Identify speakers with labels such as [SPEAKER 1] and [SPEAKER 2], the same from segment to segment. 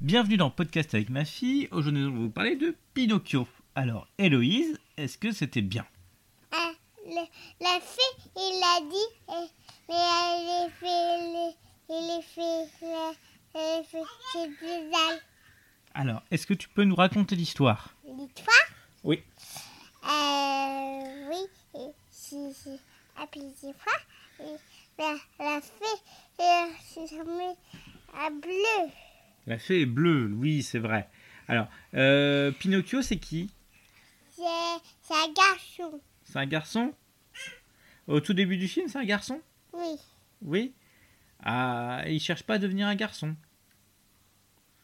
[SPEAKER 1] Bienvenue dans Podcast avec ma fille. Aujourd'hui, nous allons vous parler de Pinocchio. Alors, Héloïse, est-ce que c'était bien
[SPEAKER 2] Ah, le- la fée, il a dit, eh, mais elle est fait, le- il est fait, la- elle est fait, c'est bizarre.
[SPEAKER 1] Alors, est-ce que tu peux nous raconter l'histoire
[SPEAKER 2] L'histoire
[SPEAKER 1] Oui.
[SPEAKER 2] Euh, oui, et si, si, ah, puis c'est quoi Et la, la fée, elle se met à bleu.
[SPEAKER 1] La fée est bleue, oui, c'est vrai. Alors, euh, Pinocchio, c'est qui
[SPEAKER 2] C'est, c'est un garçon,
[SPEAKER 1] C'est un garçon Au tout début du film, c'est un garçon
[SPEAKER 2] oui.
[SPEAKER 1] Oui. Ah, il cherche pas à devenir un garçon.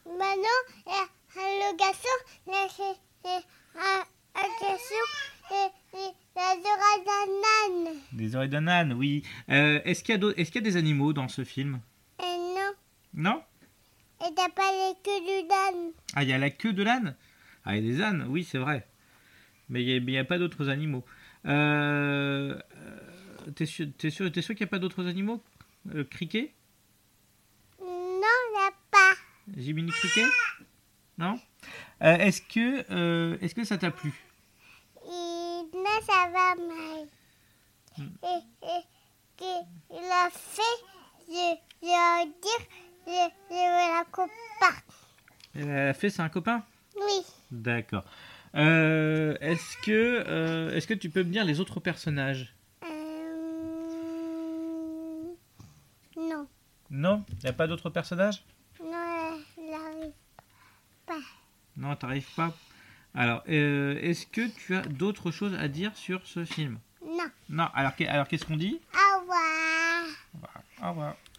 [SPEAKER 2] Maintenant, euh, le garçon, la fée, euh, un, un garçon, et, et la Dora d'Anane.
[SPEAKER 1] Des oreilles d'un âne, oui. Euh, est-ce qu'il y, a d'au- est-ce qu'il y a des animaux dans ce film
[SPEAKER 2] Et Euh, non,
[SPEAKER 1] Non
[SPEAKER 2] et t'as pas les queues du Dan.
[SPEAKER 1] Ah, il y a la queue de l'âne Ah, il y a des ânes, oui, c'est vrai. Mais il n'y a, pas d'autres animaux. Euh, euh, t'es sûr, t'es sûr, t'es sûr qu'il n'y a pas d'autres animaux Euh, Criquet
[SPEAKER 2] Non, y'a pas.
[SPEAKER 1] Jiminy Criquet Non Euh, Est-ce que, euh, est-ce que ça t'a plu
[SPEAKER 2] Et là, ça va mal. Et, et, et il a fait, je, je vais dire, je, je veux la copain.
[SPEAKER 1] La fée, c'est un copain
[SPEAKER 2] Oui,
[SPEAKER 1] D'accord. Euh, Est-ce que, euh, est-ce que tu peux me dire les autres personnages
[SPEAKER 2] euh, non,
[SPEAKER 1] Non Il n'y a pas d'autres personnages
[SPEAKER 2] non, elle arrive.
[SPEAKER 1] Non, t'arrives pas. Alors, euh, est-ce que tu as d'autres choses à dire sur ce film
[SPEAKER 2] Non,
[SPEAKER 1] Non, alors, qu'est- alors qu'est-ce qu'on dit
[SPEAKER 2] au revoir.
[SPEAKER 1] Au revoir.